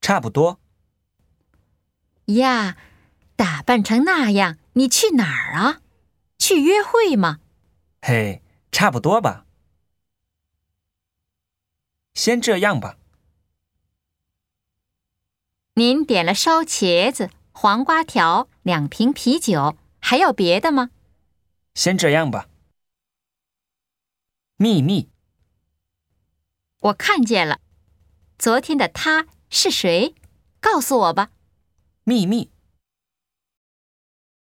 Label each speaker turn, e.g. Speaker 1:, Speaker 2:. Speaker 1: 差不多。
Speaker 2: 呀，打扮成那样，你去哪儿啊？去约会吗？
Speaker 1: 嘿，差不多吧。先这样吧。
Speaker 2: 您点了烧茄子、黄瓜条、两瓶啤酒，还要别的吗？
Speaker 1: 先这样吧。秘密，
Speaker 2: 我看见了，昨天的他是谁？告诉我吧。
Speaker 1: 秘密。